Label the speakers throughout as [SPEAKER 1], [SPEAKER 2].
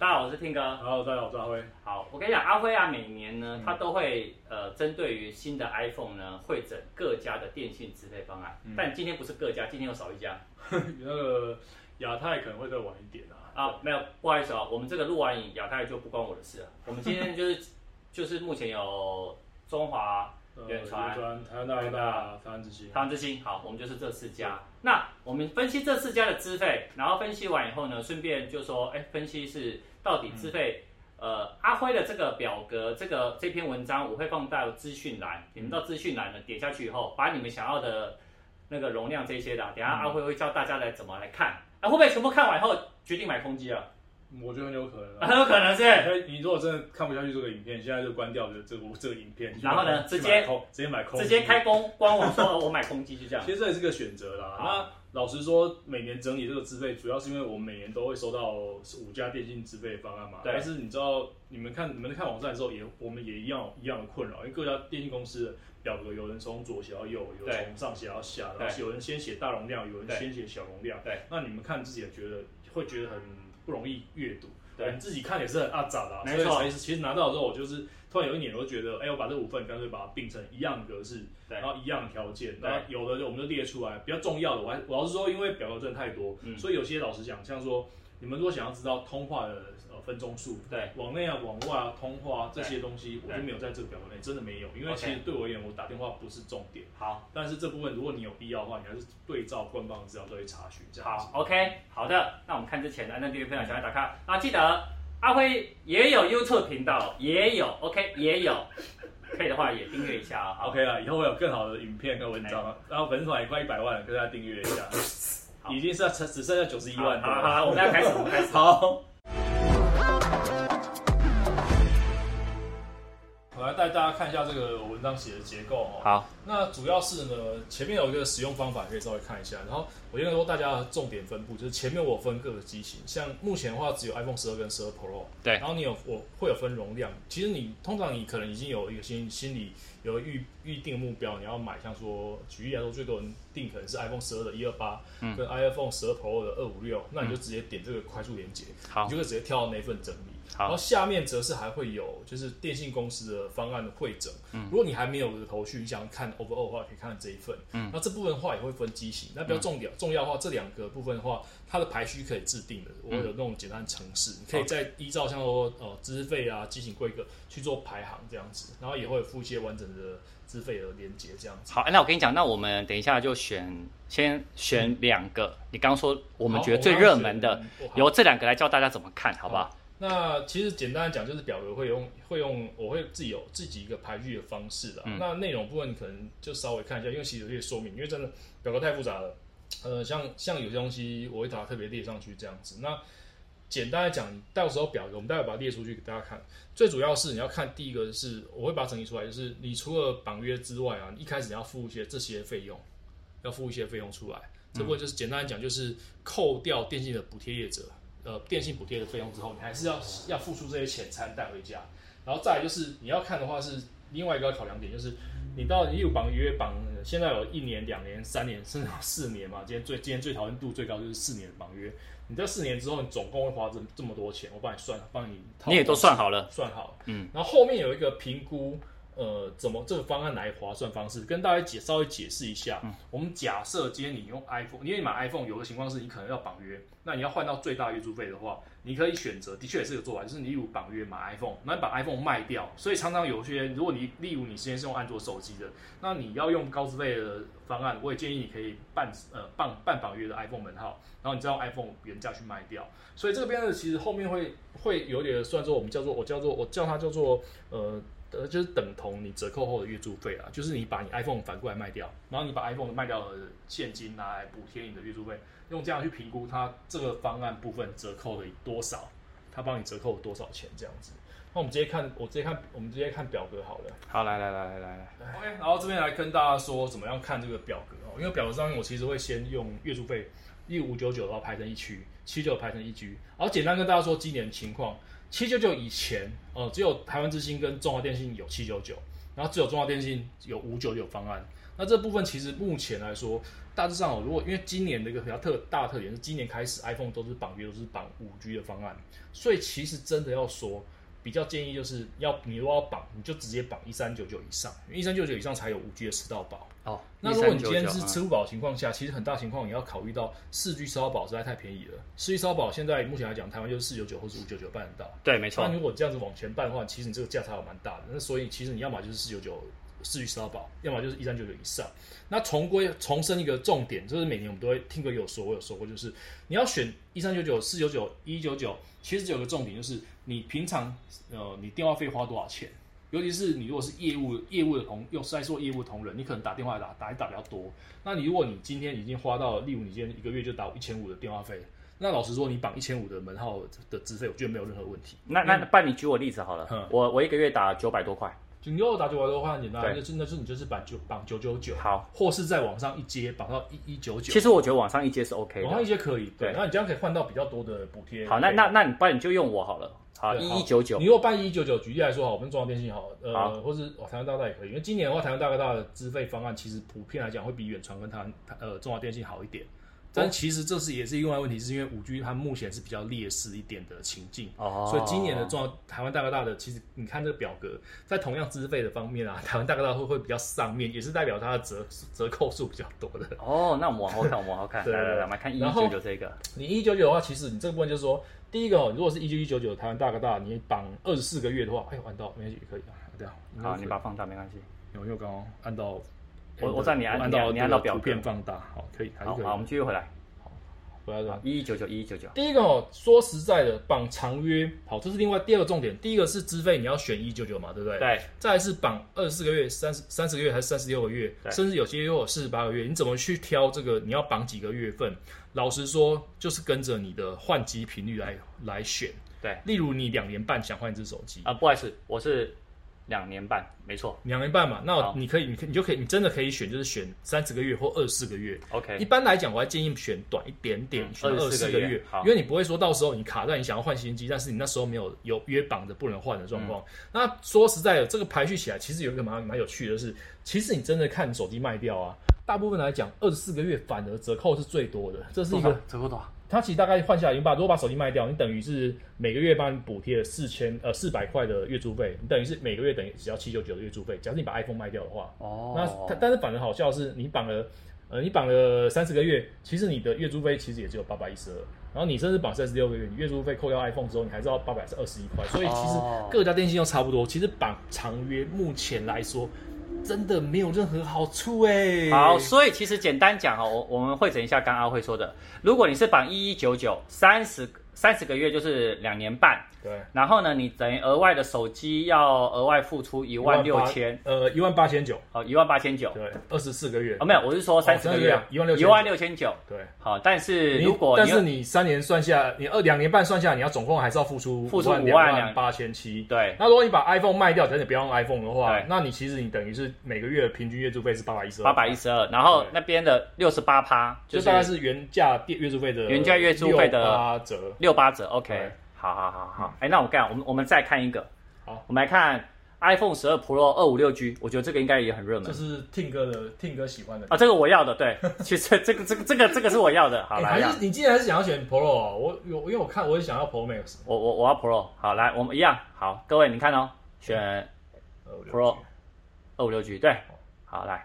[SPEAKER 1] 大家好，我是听哥。
[SPEAKER 2] Hello，大家好，我是阿 辉。
[SPEAKER 1] 好，我跟你讲，阿辉啊，每年呢，他都会呃，针对于新的 iPhone 呢，会整各家的电信支配方案。但今天不是各家，今天又少一家
[SPEAKER 2] 那个亚太可能会再晚一点啊。
[SPEAKER 1] 啊，没有，不好意思啊，我们这个录完影，亚太就不关我的事了。我们今天就是 就是目前有中华、
[SPEAKER 2] 呃
[SPEAKER 1] 远传、
[SPEAKER 2] 台湾大哥大、台湾之星。
[SPEAKER 1] 台湾之星，好，我们就是这四家。那我们分析这四家的资费，然后分析完以后呢，顺便就说，哎、分析是到底资费，呃，阿辉的这个表格，这个这篇文章我会放到资讯栏，你们到资讯栏呢点下去以后，把你们想要的那个容量这些的啊，等一下阿辉会教大家来怎么来看，啊，会不会全部看完以后决定买空机啊？
[SPEAKER 2] 我觉得很有可能、
[SPEAKER 1] 啊
[SPEAKER 2] 啊。
[SPEAKER 1] 很有可能是。
[SPEAKER 2] 你如果真的看不下去这个影片，现在就关掉这这个这个影片。
[SPEAKER 1] 然后呢
[SPEAKER 2] 去
[SPEAKER 1] 直
[SPEAKER 2] 买
[SPEAKER 1] 接
[SPEAKER 2] 去买空直接买空，
[SPEAKER 1] 直接。开工，官网说哦我买空机就这样。
[SPEAKER 2] 其实这也是个选择啦。
[SPEAKER 1] 好
[SPEAKER 2] 那老实说，每年整理这个资费，主要是因为我们每年都会收到五家电信资费方案嘛。
[SPEAKER 1] 对
[SPEAKER 2] 但是你知道，你们看你们看网站的时候也，我们也一样一样的困扰，因为各家电信公司的表格有人从左写到右，有
[SPEAKER 1] 对
[SPEAKER 2] 人从上写到下，
[SPEAKER 1] 对
[SPEAKER 2] 然后有人先写大容量，有人
[SPEAKER 1] 对
[SPEAKER 2] 先写小容量。
[SPEAKER 1] 对。
[SPEAKER 2] 那你们看自己也觉得会觉得很不容易阅读。
[SPEAKER 1] 对
[SPEAKER 2] 我们自己看也是很阿杂的、啊，
[SPEAKER 1] 没
[SPEAKER 2] 所以
[SPEAKER 1] 错
[SPEAKER 2] 才是其实拿到的时候，我就是突然有一年，我就觉得，哎、我把这五份干脆把它并成一样格式，
[SPEAKER 1] 对
[SPEAKER 2] 然后一样的条件，
[SPEAKER 1] 对
[SPEAKER 2] 然后有的就我们就列出来，比较重要的，我还我老实说，因为表格真的太多，
[SPEAKER 1] 嗯
[SPEAKER 2] 所以有些老实讲，像说你们如果想要知道通话的呃分钟数，
[SPEAKER 1] 对，
[SPEAKER 2] 往内啊、往外啊、通话啊这
[SPEAKER 1] 对
[SPEAKER 2] 些东西，我
[SPEAKER 1] 对
[SPEAKER 2] 就没有在这个表格内，真的没有，因为
[SPEAKER 1] OK
[SPEAKER 2] 其实对我而言，我打电话不是重点，
[SPEAKER 1] 好，
[SPEAKER 2] 但是这部分如果你有必要的话，你还是对照官方的资料都会查询这样子。
[SPEAKER 1] 好，OK，好的。那我们看之前呢，按赞、订阅、分享、小爱打卡。啊，记得阿辉也有 YouTube 频道，也有 OK，也有，可以的话也订阅一下啊。好
[SPEAKER 2] OK 啊，以后会有更好的影片跟文章啊。然后粉丝团也快一百万了，跟大家订阅一下
[SPEAKER 1] 哎 好。
[SPEAKER 2] 已经是只只剩下九十一万
[SPEAKER 1] 好好好，我们要开始，我们开始。
[SPEAKER 2] 好。我来带大家看一下这个文章写的结构哦。
[SPEAKER 1] 好，
[SPEAKER 2] 那主要是呢，前面有一个使用方法可以稍微看一下，然后我先说大家的重点分布，就是前面我有分各个机型，像目前的话只有 iPhone 十二跟十二 Pro，
[SPEAKER 1] 对
[SPEAKER 2] 然后你有我会有分容量，其实你通常你可能已经有一个心心理有预预定目标，你要买像说举例来说，最多人定可能是 iPhone 十二的一二八，
[SPEAKER 1] 嗯
[SPEAKER 2] 跟 iPhone 十二 Pro 的二五六，那你就直接点这个快速连接，
[SPEAKER 1] 好
[SPEAKER 2] 你就会直接跳到那份整理。
[SPEAKER 1] 好
[SPEAKER 2] 然后下面则是还会有就是电信公司的方案的会诊。
[SPEAKER 1] 嗯
[SPEAKER 2] 如果你还没有这个头绪，你想看 overall 的话，可以看这一份。嗯，那这部分的话也会分机型。那比
[SPEAKER 1] 嗯
[SPEAKER 2] 较重点、重要的话，这两个部分的话，它的排序可以制定的。我有
[SPEAKER 1] 嗯
[SPEAKER 2] 那种简单程式，你可以再依照像说呃资费啊、机型规格去做排行这样子，然后也会附一些完整的资费的连接这样子。
[SPEAKER 1] 好，哎那我跟你讲，那我们等一下就选，先选两个。你刚说我们
[SPEAKER 2] 好
[SPEAKER 1] 觉得最
[SPEAKER 2] 我刚
[SPEAKER 1] 热
[SPEAKER 2] 刚
[SPEAKER 1] 门
[SPEAKER 2] 选
[SPEAKER 1] 的，
[SPEAKER 2] 我好
[SPEAKER 1] 由这两个来教大家怎么看，好不好？
[SPEAKER 2] 那其实简单来讲，就是表格会用会用，我会自己有自己一个排序的方式啦。那内容部分可能就稍微看一下，因为其实有些说明，因为真的表格太复杂了。呃，像像有些东西我会把它特别列上去这样子。那简单来讲，到时候表格我们待会把它列出去给大家看。最主要是你要看第一个是，我会把它整理出来，就是你除了绑约之外啊，你一开始你要付一些这些费用，要付一些费用出来。这部分就是简单来讲，就是扣掉电信的补贴业者，呃，电信补贴的费用之后，你还是要要付出这些钱才能带回家。然后再来就是你要看的话是另外一个要考量点，就是你到底有绑约绑，呃现在有一年、两年、三年，甚至有四年嘛。今天最今天最讨厌度最高就是四年的绑约。你这四年之后，你总共会花这这么多钱，我帮你算，帮你套
[SPEAKER 1] 你也都算好了。
[SPEAKER 2] 算好，
[SPEAKER 1] 嗯，
[SPEAKER 2] 然后后面有一个评估，呃，怎么这个方案来划算方式，跟大家解稍微解释一下。我们假设今天你用 iPhone，因为你买 iPhone 有的情况是你可能要绑约，那你要换到最大月租费的话，你可以选择，的确也是有做法，就是你例如绑约买 iPhone，那你把 iPhone 卖掉，所以常常有些如果你例如你之前是用安卓手机的，那你要用高资费的方案，我也建议你可以办呃办办绑约的 iPhone 门号，然后你再用 iPhone 原价去卖掉。所以这个边的其实后面会会有点，虽然说我们叫做我叫做我叫它叫做呃呃，就是等同你折扣后的月租费啊，就是你把你 iPhone 反过来卖掉，然后你把 iPhone 卖掉的现金拿来补贴你的月租费，用这样去评估它这个方案部分折扣的多少，它帮你折扣多少钱这样子。那我们直接看，我直接看，我们直接看表格好了。
[SPEAKER 1] 好，来来来来来来，
[SPEAKER 2] OK，然后这边来跟大家说怎么样看这个表格哦，因为表格上面我其实会先用月租费一五九九的话排成一区，七九排成一居，然后简单跟大家说今年情况，七九九以前哦、呃只有台湾之星跟中华电信有七九九，然后只有中华电信有五九九方案，那这部分其实目前来说，大致上、哦，如果因为今年的一个比较特大的特点是，今年开始 iPhone 都是绑约都是绑五 G 的方案，所以其实真的要说，比较建议就是要你如果要绑，你就直接绑一三九九以上，因为一三九九以上才有五 G 的吃到饱。
[SPEAKER 3] 哦，
[SPEAKER 2] 那如果你
[SPEAKER 3] 1399
[SPEAKER 2] 今天是
[SPEAKER 1] 啊
[SPEAKER 3] 嗯
[SPEAKER 2] 吃不饱的情况下，其实很大情况也要考虑到四 G 吃到饱实在太便宜了。四 G 吃到饱现在目前来讲，台湾就是四九九或是五九九办得到。
[SPEAKER 3] 对，没错
[SPEAKER 2] 那，如果这样子往前办的话，其实你这个价差有蛮大的。那所以其实你要么就是四九九四 G 吃到饱，要么就是一三九九以上。那重归重申一个重点，就是每年我们都会听哥有说，我有说过，就是你要选一三九九、四九九、一九九，其实只有个重点就是你平常呃你电话费花多少钱。尤其是你如果是业务业务的同，又是在做业务同仁，你可能打电话打打一打比较多。那你如果你今天已经花到了，例如你今天一个月就打一千五的电话费，那老实说，你绑一千五的门号的资费，我觉得没有任何问题。
[SPEAKER 1] 那那爸，你举我例子好
[SPEAKER 2] 嗯
[SPEAKER 1] 了，我我一个月打九百多块，
[SPEAKER 2] 就你又打九百多块很简单，
[SPEAKER 1] 对
[SPEAKER 2] 就是那就是你就是绑九绑九九九，
[SPEAKER 1] 好，
[SPEAKER 2] 或是在网上一接绑到一一九九
[SPEAKER 1] 其，实我觉得网上一阶是 OK
[SPEAKER 2] 网上一
[SPEAKER 1] 的。
[SPEAKER 2] 接可以，对，
[SPEAKER 1] 对
[SPEAKER 2] 然后你这样可以换到比较多的补贴。
[SPEAKER 1] 好，那那那你爸你就用我好了，好
[SPEAKER 2] 对
[SPEAKER 1] 一一九九
[SPEAKER 2] 你，如果办一九九，举例来说，好，我们中华电信好，呃，
[SPEAKER 1] 好
[SPEAKER 2] 或是、哦、台湾大哥大也可以，因为今年的话，台湾大哥大的资费方案其实普遍来讲会比远传跟台湾呃中华电信好一点，
[SPEAKER 1] 哦
[SPEAKER 2] 但其实这是也是另外一个问题，是因为五 G 它目前是比较劣势一点的情境。
[SPEAKER 1] 哦
[SPEAKER 2] 所以今年的重要，台湾大哥大的，其实你看这个表格，在同样资费的方面啊，台湾大哥大会会比较上面，也是代表它的折折扣数比较多的。
[SPEAKER 1] 哦，那我们往后看，我们往后 看，
[SPEAKER 2] 对
[SPEAKER 1] 来来
[SPEAKER 2] 对
[SPEAKER 1] 来，我们来看一
[SPEAKER 2] 然
[SPEAKER 1] 一
[SPEAKER 2] 后
[SPEAKER 1] 九九这个，
[SPEAKER 2] 你一九九的话，其实你这个部分就是说，第一个、哦，如果是一九一九九台湾大哥大，你绑二十四个月的话，哎呦，按到没关系，可以啊，对啊，应该
[SPEAKER 1] 好，
[SPEAKER 2] 可以
[SPEAKER 1] 你把它放大没关系。
[SPEAKER 2] 有没有刚刚按到？
[SPEAKER 1] 我我知道你按
[SPEAKER 2] 按
[SPEAKER 1] 你
[SPEAKER 2] 到
[SPEAKER 1] 按你按到表格
[SPEAKER 2] 图片放大，好，可以，还是
[SPEAKER 1] 好
[SPEAKER 2] 可以
[SPEAKER 1] 好，我。们继续回来，
[SPEAKER 2] 回来说，
[SPEAKER 1] 一一九九一一九九，
[SPEAKER 2] 第一个哦，说实在的，绑长约，好，这是另外第二个重点。第一个是资费，你要选一九九嘛，对不对？
[SPEAKER 1] 对，
[SPEAKER 2] 再来是绑二十四个月、三十三十个月还是三十六个月，
[SPEAKER 1] 对
[SPEAKER 2] 甚至有些又有四十八个月，你怎么去挑这个？你要绑几个月份？老实说，就是跟着你的换机频率来来选。
[SPEAKER 1] 对，
[SPEAKER 2] 例如你两年半想换一只手机，
[SPEAKER 1] 啊，不好意思，我是两年半，没错
[SPEAKER 2] 两年半嘛，那
[SPEAKER 1] 好
[SPEAKER 2] 你可以，你可以你就可以，你真的可以选，就是选三十个月或二十四个月。一
[SPEAKER 1] ，OK，
[SPEAKER 2] 般来讲，我还建议选短一点点，
[SPEAKER 1] 哎嗯
[SPEAKER 2] 选二
[SPEAKER 1] 24
[SPEAKER 2] 四
[SPEAKER 1] 个
[SPEAKER 2] 个
[SPEAKER 1] 月
[SPEAKER 2] 月，
[SPEAKER 1] 好
[SPEAKER 2] 因为你不会说到时候你卡在你想要换新机，但是你那时候没有有约绑的不能换的状
[SPEAKER 1] 嗯
[SPEAKER 2] 况。那说实在的，这个排序起来其实有一个蛮蛮有趣的是，其实你真的看你手机卖掉啊，大部分来讲二十四个月反而折扣是最多的，这是一个
[SPEAKER 1] 折扣多少？
[SPEAKER 2] 它其实大概换下来，你把如果把手机卖掉，你等于是每个月帮你补贴了四千呃四百块的月租费，你等于是每个月等于只要七九九的月租费。假设你把 iPhone 卖掉的话，那它
[SPEAKER 1] 哦，
[SPEAKER 2] 但是反而好笑的是，你绑了，呃，你绑了三十个月，其实你的月租费其实也只有八百一十二，然后你甚至绑三十六个月，你月租费扣掉 iPhone 之后，你还是要八百二十一块，所以其实
[SPEAKER 1] 哦
[SPEAKER 2] 各家电信都差不多。其实绑长约目前来说，真的没有任何好处哎、
[SPEAKER 1] 好，所以其实简单讲哦，我我们会整一下刚刚阿慧说的，如果你是绑一一九九三十三十个月就是两年半，
[SPEAKER 2] 对，
[SPEAKER 1] 然后呢，你等于额外的手机要额外付出一
[SPEAKER 2] 一
[SPEAKER 1] 万六千，，
[SPEAKER 2] 呃，一万八千九，
[SPEAKER 1] 哦，一万八千九，
[SPEAKER 2] 对，二十四个月
[SPEAKER 1] 哦，，没有，我是说三十
[SPEAKER 2] 哦
[SPEAKER 1] 个月，啊
[SPEAKER 2] 16900
[SPEAKER 1] 一万六千九，
[SPEAKER 2] 对。
[SPEAKER 1] 好，但是
[SPEAKER 2] 你
[SPEAKER 1] 如果
[SPEAKER 2] 但
[SPEAKER 1] 你
[SPEAKER 2] 是你三年算下，你二两年半算下，你要总共还是要付出
[SPEAKER 1] 付出
[SPEAKER 2] 5
[SPEAKER 1] 5万
[SPEAKER 2] 两八千七，
[SPEAKER 1] 对
[SPEAKER 2] 那如果你把 iPhone 卖掉，等你不要用 iPhone 的话
[SPEAKER 1] 对，
[SPEAKER 2] 那你其实你等于是每个月平均月租费是八百一十二，
[SPEAKER 1] 八百一，十二，然后那边的六十八趴
[SPEAKER 2] 就大概是原价电月租费的
[SPEAKER 1] 原价月租费的
[SPEAKER 2] 八折。
[SPEAKER 1] 六八折，OK，
[SPEAKER 2] 对
[SPEAKER 1] 好好好好，哎、那我干，我们我们再看一个，
[SPEAKER 2] 好，
[SPEAKER 1] 我们来看 iPhone 十二 Pro 二五六 G，我觉得这个应该也很热门
[SPEAKER 2] 这是听哥的听哥喜欢的。
[SPEAKER 1] 啊，这个我要的，对， 其实这个这个这个这个是我要的，好
[SPEAKER 2] 哎
[SPEAKER 1] 来啊
[SPEAKER 2] 还
[SPEAKER 1] 呀
[SPEAKER 2] 是，你竟然还是想要选 Pro？哦我有，因为我看我也想要 Pro Max。
[SPEAKER 1] 我我我要 Pro，好来，我们一样，好，各位你看哦，选
[SPEAKER 2] 呃我就
[SPEAKER 1] Pro 二五六 G，对，好来，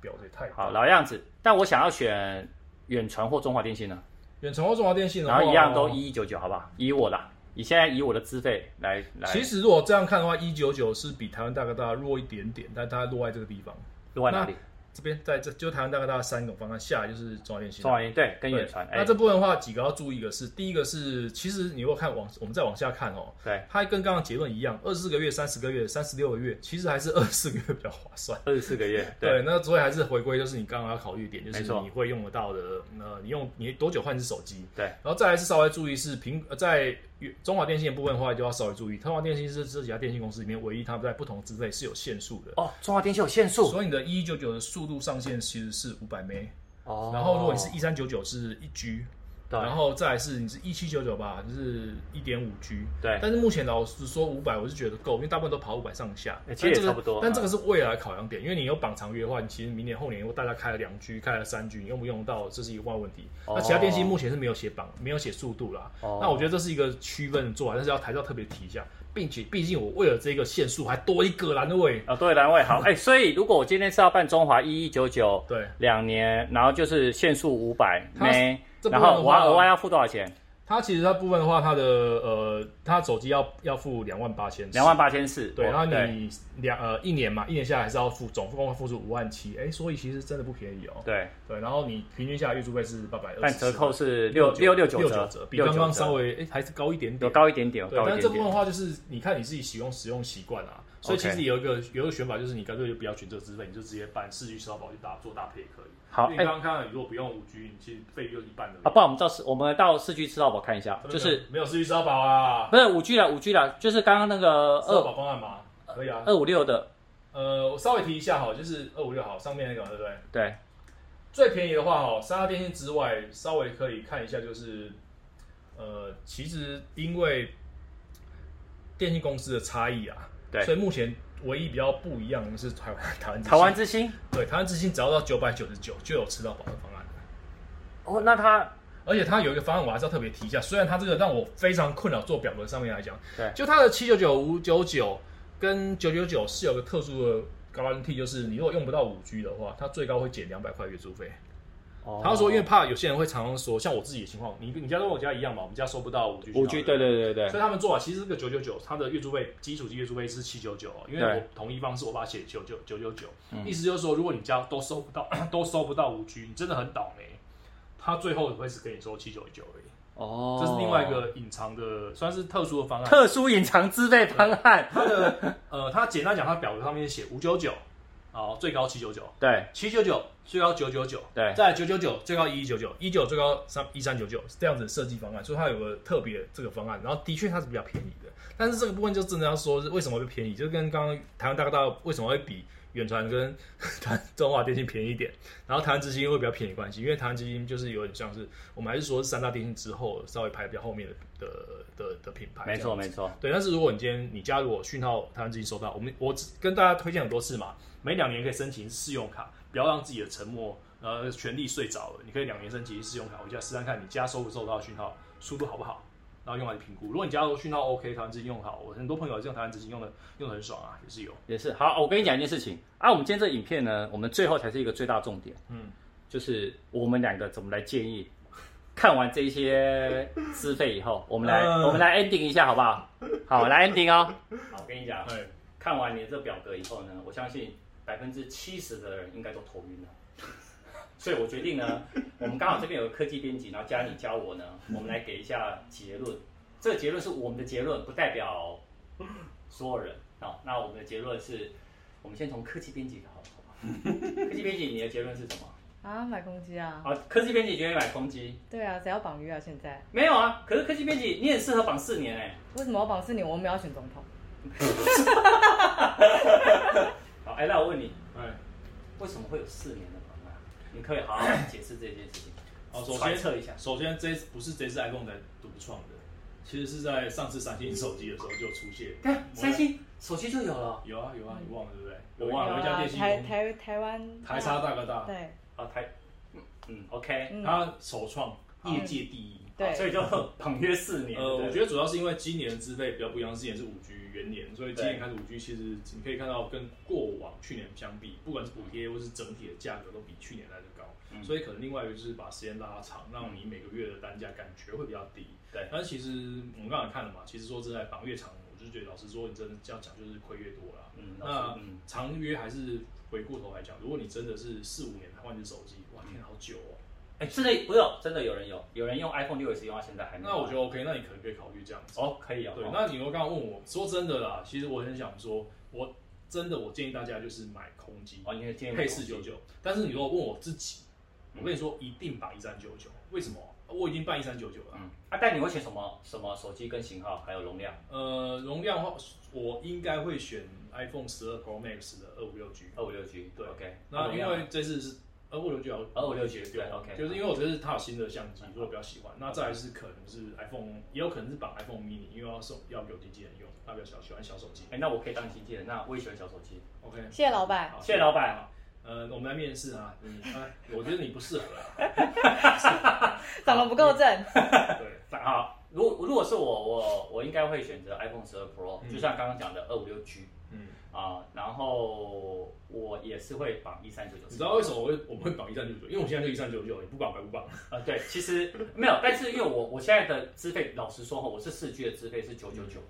[SPEAKER 2] 表这也太
[SPEAKER 1] 好老样子，但我想要选远传或中华电信呢，
[SPEAKER 2] 远程或中华电信的
[SPEAKER 1] 然
[SPEAKER 2] 话，
[SPEAKER 1] 后一样都一一九九，好不好？以我的，以现在以我的资费来来，
[SPEAKER 2] 其实如果这样看的话，一九九是比台湾大哥大弱一点点，但它落在这个地方。
[SPEAKER 1] 落在哪里？
[SPEAKER 2] 这边在这就台湾大哥大三种方案，下来就是中华电信。
[SPEAKER 1] 中华电信对，跟远传，
[SPEAKER 2] 对
[SPEAKER 1] 哎
[SPEAKER 2] 那，这部分的话，几个要注意的是，第一个是，其实你如果看往，我们再往下看哦，
[SPEAKER 1] 对，
[SPEAKER 2] 它跟刚刚结论一样，二十四个月、三十个月、三十六个月，其实还是二十四个月比较划算。
[SPEAKER 1] 二十四个月，对。
[SPEAKER 2] 对，那所以还是回归，就是你刚刚要考虑一点，就
[SPEAKER 1] 没
[SPEAKER 2] 是
[SPEAKER 1] 错
[SPEAKER 2] 你会用得到的，呃，你用你多久换一只手机？
[SPEAKER 1] 对，
[SPEAKER 2] 然后再来是稍微注意是苹呃在中华电信的部分的话，就要稍微注意，中华电信是这几家电信公司里面唯一它在不同资费是有限速的，
[SPEAKER 1] 哦，中华电信有限速。
[SPEAKER 2] 所以你的一九九的速度上限其实是五百枚。
[SPEAKER 1] 哦
[SPEAKER 2] 然后如果你是一三九九是一 G，
[SPEAKER 1] 对
[SPEAKER 2] 然后再来是你是一七九九吧，就是一点五 G。
[SPEAKER 1] 对
[SPEAKER 2] 但是目前老实说，五百我是觉得够，因为大部分都跑五百上下，
[SPEAKER 1] 欸其实也
[SPEAKER 2] 但这
[SPEAKER 1] 差
[SPEAKER 2] 个
[SPEAKER 1] 不多
[SPEAKER 2] 但这个是未来考量点，因为你有绑长约的话，你其实明年后年大家开了两 G，开了三 G，你用不用得到，这是一个问题。
[SPEAKER 1] 哦
[SPEAKER 2] 那其他电信目前是没有写绑，没有写速度啦。
[SPEAKER 1] 哦
[SPEAKER 2] 那我觉得这是一个区分的做法，但是要台上特别提一下，并且毕竟我为了这个限速还多一个栏位，
[SPEAKER 1] 啊、对，栏位 好，哎、所以如果我今天是要办中华一一九九
[SPEAKER 2] 对，
[SPEAKER 1] 两年，然后就是限速五百
[SPEAKER 2] 它
[SPEAKER 1] 每，
[SPEAKER 2] 这部
[SPEAKER 1] 然
[SPEAKER 2] 分的
[SPEAKER 1] 后我要
[SPEAKER 2] 话
[SPEAKER 1] 额外要付多少钱？
[SPEAKER 2] 它其实它部分的话，它的呃，它手机要要付两万八千，
[SPEAKER 1] 两万八千四。
[SPEAKER 2] 对，
[SPEAKER 1] 哦
[SPEAKER 2] 然后你两呃一年嘛，一年下来还是要付总共要付出五万七，哎，所以其实真的不便宜哦。
[SPEAKER 1] 对，
[SPEAKER 2] 对，然后你平均下来月租费是八百二，
[SPEAKER 1] 但折扣是六六六
[SPEAKER 2] 六
[SPEAKER 1] 九
[SPEAKER 2] 九
[SPEAKER 1] 折，
[SPEAKER 2] 比刚刚
[SPEAKER 1] 6-9
[SPEAKER 2] 稍微哎还是高一点
[SPEAKER 1] 有
[SPEAKER 2] 点。
[SPEAKER 1] 高一点点，有
[SPEAKER 2] 对，
[SPEAKER 1] 高一
[SPEAKER 2] 但
[SPEAKER 1] 点
[SPEAKER 2] 这部分
[SPEAKER 1] 点。
[SPEAKER 2] 的话就是你看你自己使用使用习惯啊，所以其
[SPEAKER 1] OK
[SPEAKER 2] 实有一个有一个选法就是你干脆就不要选这个资费，你就直接办四 G 社保去搭做搭配也可以。
[SPEAKER 1] 好，
[SPEAKER 2] 因为
[SPEAKER 1] 哎、
[SPEAKER 2] 你刚刚看到你如果不用五 G，你其实费率就是一半的。
[SPEAKER 1] 啊，不然我们到市我们到市区吃到饱看一下，
[SPEAKER 2] 真
[SPEAKER 1] 就
[SPEAKER 2] 的
[SPEAKER 1] 是
[SPEAKER 2] 没有四 G 社保啊，
[SPEAKER 1] 不是五 G 了，五 G 了，就是刚刚那个
[SPEAKER 2] 社
[SPEAKER 1] 二
[SPEAKER 2] 保方案嘛，可以啊。
[SPEAKER 1] 二五六的，
[SPEAKER 2] 呃，我稍微提一下哈，就是二五六好上面那个嘛对不对？
[SPEAKER 1] 对，
[SPEAKER 2] 最便宜的话哈，三大电信之外，稍微可以看一下，就是呃，其实因为电信公司的差异啊，
[SPEAKER 1] 对
[SPEAKER 2] 所以目前唯一比较不一样的是台湾台湾之星
[SPEAKER 1] 台湾之星。
[SPEAKER 2] 对台湾之星只要到九百九十九就有吃到饱的方案，
[SPEAKER 1] 哦，那它
[SPEAKER 2] 而且它有一个方案我还是要特别提一下，虽然它这个让我非常困扰做表格上面来讲，
[SPEAKER 1] 对
[SPEAKER 2] 就它的七九九、五九九跟九九九是有个特殊的。guarantee 就是你如果用不到五 G 的话，它最高会减两百块月租费。
[SPEAKER 1] 哦
[SPEAKER 2] 他说，因为怕有些人会常常说，像我自己的情况，你你家跟我家一样嘛，我们家收不到五 G。
[SPEAKER 1] 五 G，对
[SPEAKER 2] 对。
[SPEAKER 1] 对对对
[SPEAKER 2] 所
[SPEAKER 1] 对，
[SPEAKER 2] 以他们做法其实这个九九九，它的月租费基础级月租费是七九九，因为
[SPEAKER 1] 对
[SPEAKER 2] 我同一方式我把它写九九九九九，意思就是说，如果你家都收不到 都收不到五 G，你真的很倒霉，他最后会是跟你收七九九而已，
[SPEAKER 1] 哦
[SPEAKER 2] 这是另外一个隐藏的，算是特殊 的方案。
[SPEAKER 1] 特殊隐藏资费方案，
[SPEAKER 2] 它的呃，它简单讲，它表格上面写五九九，哦，最高七九九，
[SPEAKER 1] 对
[SPEAKER 2] 七九九最高九九九，
[SPEAKER 1] 对
[SPEAKER 2] 再九九九最高一一九九，一九最高三一三九九，是这样子的设计方案，所以它有个特别这个方案，然后的确它是比较便宜的，但是这个部分就真的要说是为什么会便宜，就跟刚刚台湾大哥大为什么会比远传跟 台中华电信便宜一点，然后台湾之星会比较便宜的关系，因为台湾之星就是有点像是我们还是说是三大电信之后稍微排比较后面的的的的品牌，
[SPEAKER 1] 没错没错，
[SPEAKER 2] 对，但是如果你今天你家如果讯号台湾之星收到，我们我只跟大家推荐很多次嘛，每两年可以申请试用卡，不要让自己的沉默呃权利睡着了。你可以两年申请试用卡，我就试看看你家收不收到讯号，速度好不好，然后用来评估。如果你家的讯号 OK，台湾之星用好，我很多朋友是用台湾之星用的用的很爽啊，也是有。
[SPEAKER 1] 也是好。我跟你讲一件事情啊，我们今天这影片呢，我们最后才是一个最大重点，
[SPEAKER 2] 嗯，
[SPEAKER 1] 就是我们两个怎么来建议。看完这些资费以后，我们来、
[SPEAKER 2] 嗯
[SPEAKER 1] 我们来 ending 一下好不好？好，来 ending 哦。 好，我跟你讲，
[SPEAKER 2] 哎，
[SPEAKER 1] 看完你这表格以后呢，我相信百分之七十的人应该都头晕了。所以我决定呢，我们刚好这边有个科技编辑，然后加你加我呢，我们来给一下结论。这个结论是我们的结论，不代表所有人啊、好那我们的结论是，我们先从科技编辑好了，好吧？科技编辑，你的结论是什么？
[SPEAKER 3] 啊，买公鸡啊，
[SPEAKER 1] 好，科技编辑决定买公鸡？
[SPEAKER 3] 对啊，谁要绑鱼啊？现在
[SPEAKER 1] 没有啊，可是科技编辑你很适合绑四年哎、
[SPEAKER 3] 为什么要绑四年？我们要选总统，
[SPEAKER 1] 好，哎，那我问你，
[SPEAKER 2] 哎，
[SPEAKER 1] 为什么会有四年的方案？你可以好好解释这件事情。
[SPEAKER 2] 好，首
[SPEAKER 1] 揣
[SPEAKER 2] 先
[SPEAKER 1] 测一下，
[SPEAKER 2] 首先这不是这次 iPhone 才独创的，其实是在上次三星手机的时候就出现。
[SPEAKER 1] 看三星手机就有了。
[SPEAKER 2] 有啊有啊，你忘了对不对？
[SPEAKER 1] 我忘了
[SPEAKER 2] 有一家电信
[SPEAKER 3] 台
[SPEAKER 2] 公司
[SPEAKER 3] 台台湾
[SPEAKER 2] 台差大哥大，
[SPEAKER 3] 对，
[SPEAKER 1] 啊，台，嗯嗯，OK，
[SPEAKER 3] 嗯
[SPEAKER 2] 他首创业界第一。
[SPEAKER 3] 对
[SPEAKER 1] 好所以就绑约四年。
[SPEAKER 2] 呃，我觉
[SPEAKER 1] 得
[SPEAKER 2] 得主要是因为今年的资费比较不一样，之前是五 G 元年，所以今年开始五 G，其实你可以看到跟过往去年相比，不管是补贴或是整体的价格都比去年来的高，
[SPEAKER 1] 嗯
[SPEAKER 2] 所以可能另外一个就是把时间拉长，让你每个月的单价感觉会比较低。
[SPEAKER 1] 对
[SPEAKER 2] 但是其实我们刚才看了嘛，其实说真的，绑越长，我就觉得老实说，你真的这样讲就是亏越多了。
[SPEAKER 1] 嗯，
[SPEAKER 2] 那
[SPEAKER 1] 那嗯，
[SPEAKER 2] 长约还是回过头来讲，如果你真的是四五年才换一只手机，哇，天，好久哦。
[SPEAKER 1] 哎，真的不用，真的有人有，有人用 iPhone 六 S 用到现在还没有。
[SPEAKER 2] 那我觉得 OK，那你可能可以考虑这样子。
[SPEAKER 1] 哦，可以啊。
[SPEAKER 2] 对
[SPEAKER 1] 哦，
[SPEAKER 2] 那你又刚刚问我，说真的啦，其实我很想说，我真的我建议大家就是买空机
[SPEAKER 1] 哦，你的建议
[SPEAKER 2] 配四九九，但是你如果问我自己，我跟你说一定把一三九九，为什么？我已经办一三九九了，
[SPEAKER 1] 嗯，啊，但你会选什么什么手机跟型号，还有容量？
[SPEAKER 2] 呃，容量的话，我应该会选 iPhone 十二 Pro Max 的二五六 G，
[SPEAKER 1] 二五六 G，
[SPEAKER 2] 对
[SPEAKER 1] OK。
[SPEAKER 2] 那
[SPEAKER 1] 容
[SPEAKER 2] 因
[SPEAKER 1] 量
[SPEAKER 2] 为这次是二五六 G
[SPEAKER 1] 啊二五六 G 对
[SPEAKER 2] 啊
[SPEAKER 1] OK 嗯
[SPEAKER 2] 就是因为我觉得是它有新的相机，所以我比较喜欢。那再来是可能是 iPhone，也有可能是绑 iPhone mini，因为要手要给我经纪人用，他比较喜欢喜欢小手机。
[SPEAKER 1] 哎、那我可以当经纪人，那我也喜欢小手机。
[SPEAKER 2] OK，
[SPEAKER 3] 谢谢老板。
[SPEAKER 2] 好
[SPEAKER 1] 谢谢老板。嗯
[SPEAKER 2] 好呃，我们来面试啊，你哎，我觉得你不适合 啊。
[SPEAKER 3] 长得不够正，
[SPEAKER 2] 对，
[SPEAKER 1] 好，啊如果如果是我，我我应该会选择 iPhone 十二 Pro，、
[SPEAKER 2] 嗯
[SPEAKER 1] 就像刚刚讲的二五六 G
[SPEAKER 2] 嗯，
[SPEAKER 1] 啊，然后我也是会绑一三九九。
[SPEAKER 2] 你知道为什么我会我们会绑一三九九？因为我现在就一三九九，你不绑白不绑。
[SPEAKER 1] 呃，对，其实没有，但是因为我我现在的资费，老实说哈，我是四 G 的资费是九九九，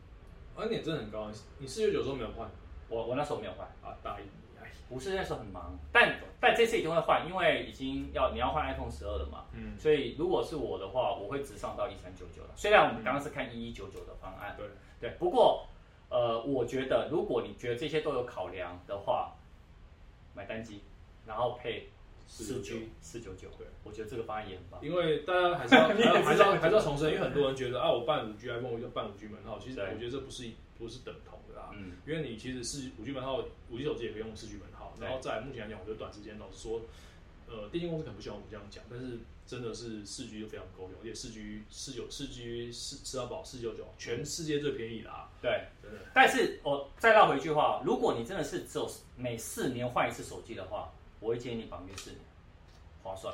[SPEAKER 2] 啊，你也真的很高，你你四九九的时候没有换
[SPEAKER 1] 我我那时候没有换，
[SPEAKER 2] 啊？大一，哎，
[SPEAKER 1] 不是那时候很忙，但但这次一定会换，因为已经要你要换 iPhone 十二了嘛，
[SPEAKER 2] 嗯，
[SPEAKER 1] 所以如果是我的话，我会直上到一三九九了。虽然我们刚刚是看一一九九的方案，
[SPEAKER 2] 对，
[SPEAKER 1] 对，不过呃，我觉得如果你觉得这些都有考量的话，买单机，然后配四 G 四九九，
[SPEAKER 2] 对，
[SPEAKER 1] 我觉得这个方案也很棒。
[SPEAKER 2] 因为大家还 是要还
[SPEAKER 1] 你也
[SPEAKER 2] 是
[SPEAKER 1] 是
[SPEAKER 2] 还是
[SPEAKER 1] 这
[SPEAKER 2] 要
[SPEAKER 1] 样
[SPEAKER 2] 还是要重申，因为很多人觉得啊，我办五 G iPhone 我就办五 G 门号，其实
[SPEAKER 1] 对
[SPEAKER 2] 我觉得这不是不是等同的啊。
[SPEAKER 1] 嗯，
[SPEAKER 2] 因为你其实是五 G 门号，五 G 手机也可以用四 G 门号。
[SPEAKER 1] 对
[SPEAKER 2] 然后在目前来讲，我觉得短时间老实说，呃，电信公司可能不希望我们这样讲，但是真的是四 G 就非常够用，而且四 G 四九四 G 四吃到饱四九九，全世界最便宜的啊，
[SPEAKER 1] 对。
[SPEAKER 2] 真的。
[SPEAKER 1] 但是我再绕回一句话，如果你真的是只有每四年换一次手机的话，我会建议你绑约四年，划算。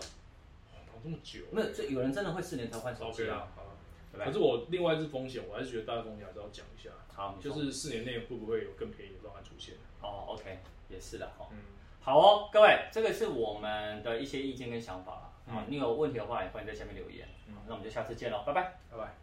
[SPEAKER 2] 绑这么久，
[SPEAKER 1] 没有，就有人真的会四年才换手
[SPEAKER 2] OK
[SPEAKER 1] 机啊，
[SPEAKER 2] 啊，好啊
[SPEAKER 1] 对不
[SPEAKER 2] 可
[SPEAKER 1] 对？
[SPEAKER 2] 是我另外一只风险，我还是觉得大家风险还是要讲一下，
[SPEAKER 1] 好，你
[SPEAKER 2] 就
[SPEAKER 1] 说
[SPEAKER 2] 是四年内会不会有更便宜的方案出现？
[SPEAKER 1] 哦，OK，也是的哈。哦
[SPEAKER 2] 嗯，
[SPEAKER 1] 好哦，各位，这个是我们的一些意见跟想法啦。
[SPEAKER 2] 嗯
[SPEAKER 1] 啊，你有问题的话，也欢迎在下面留言。
[SPEAKER 2] 嗯
[SPEAKER 1] 那我们就下次见喽，拜拜。
[SPEAKER 2] 拜拜。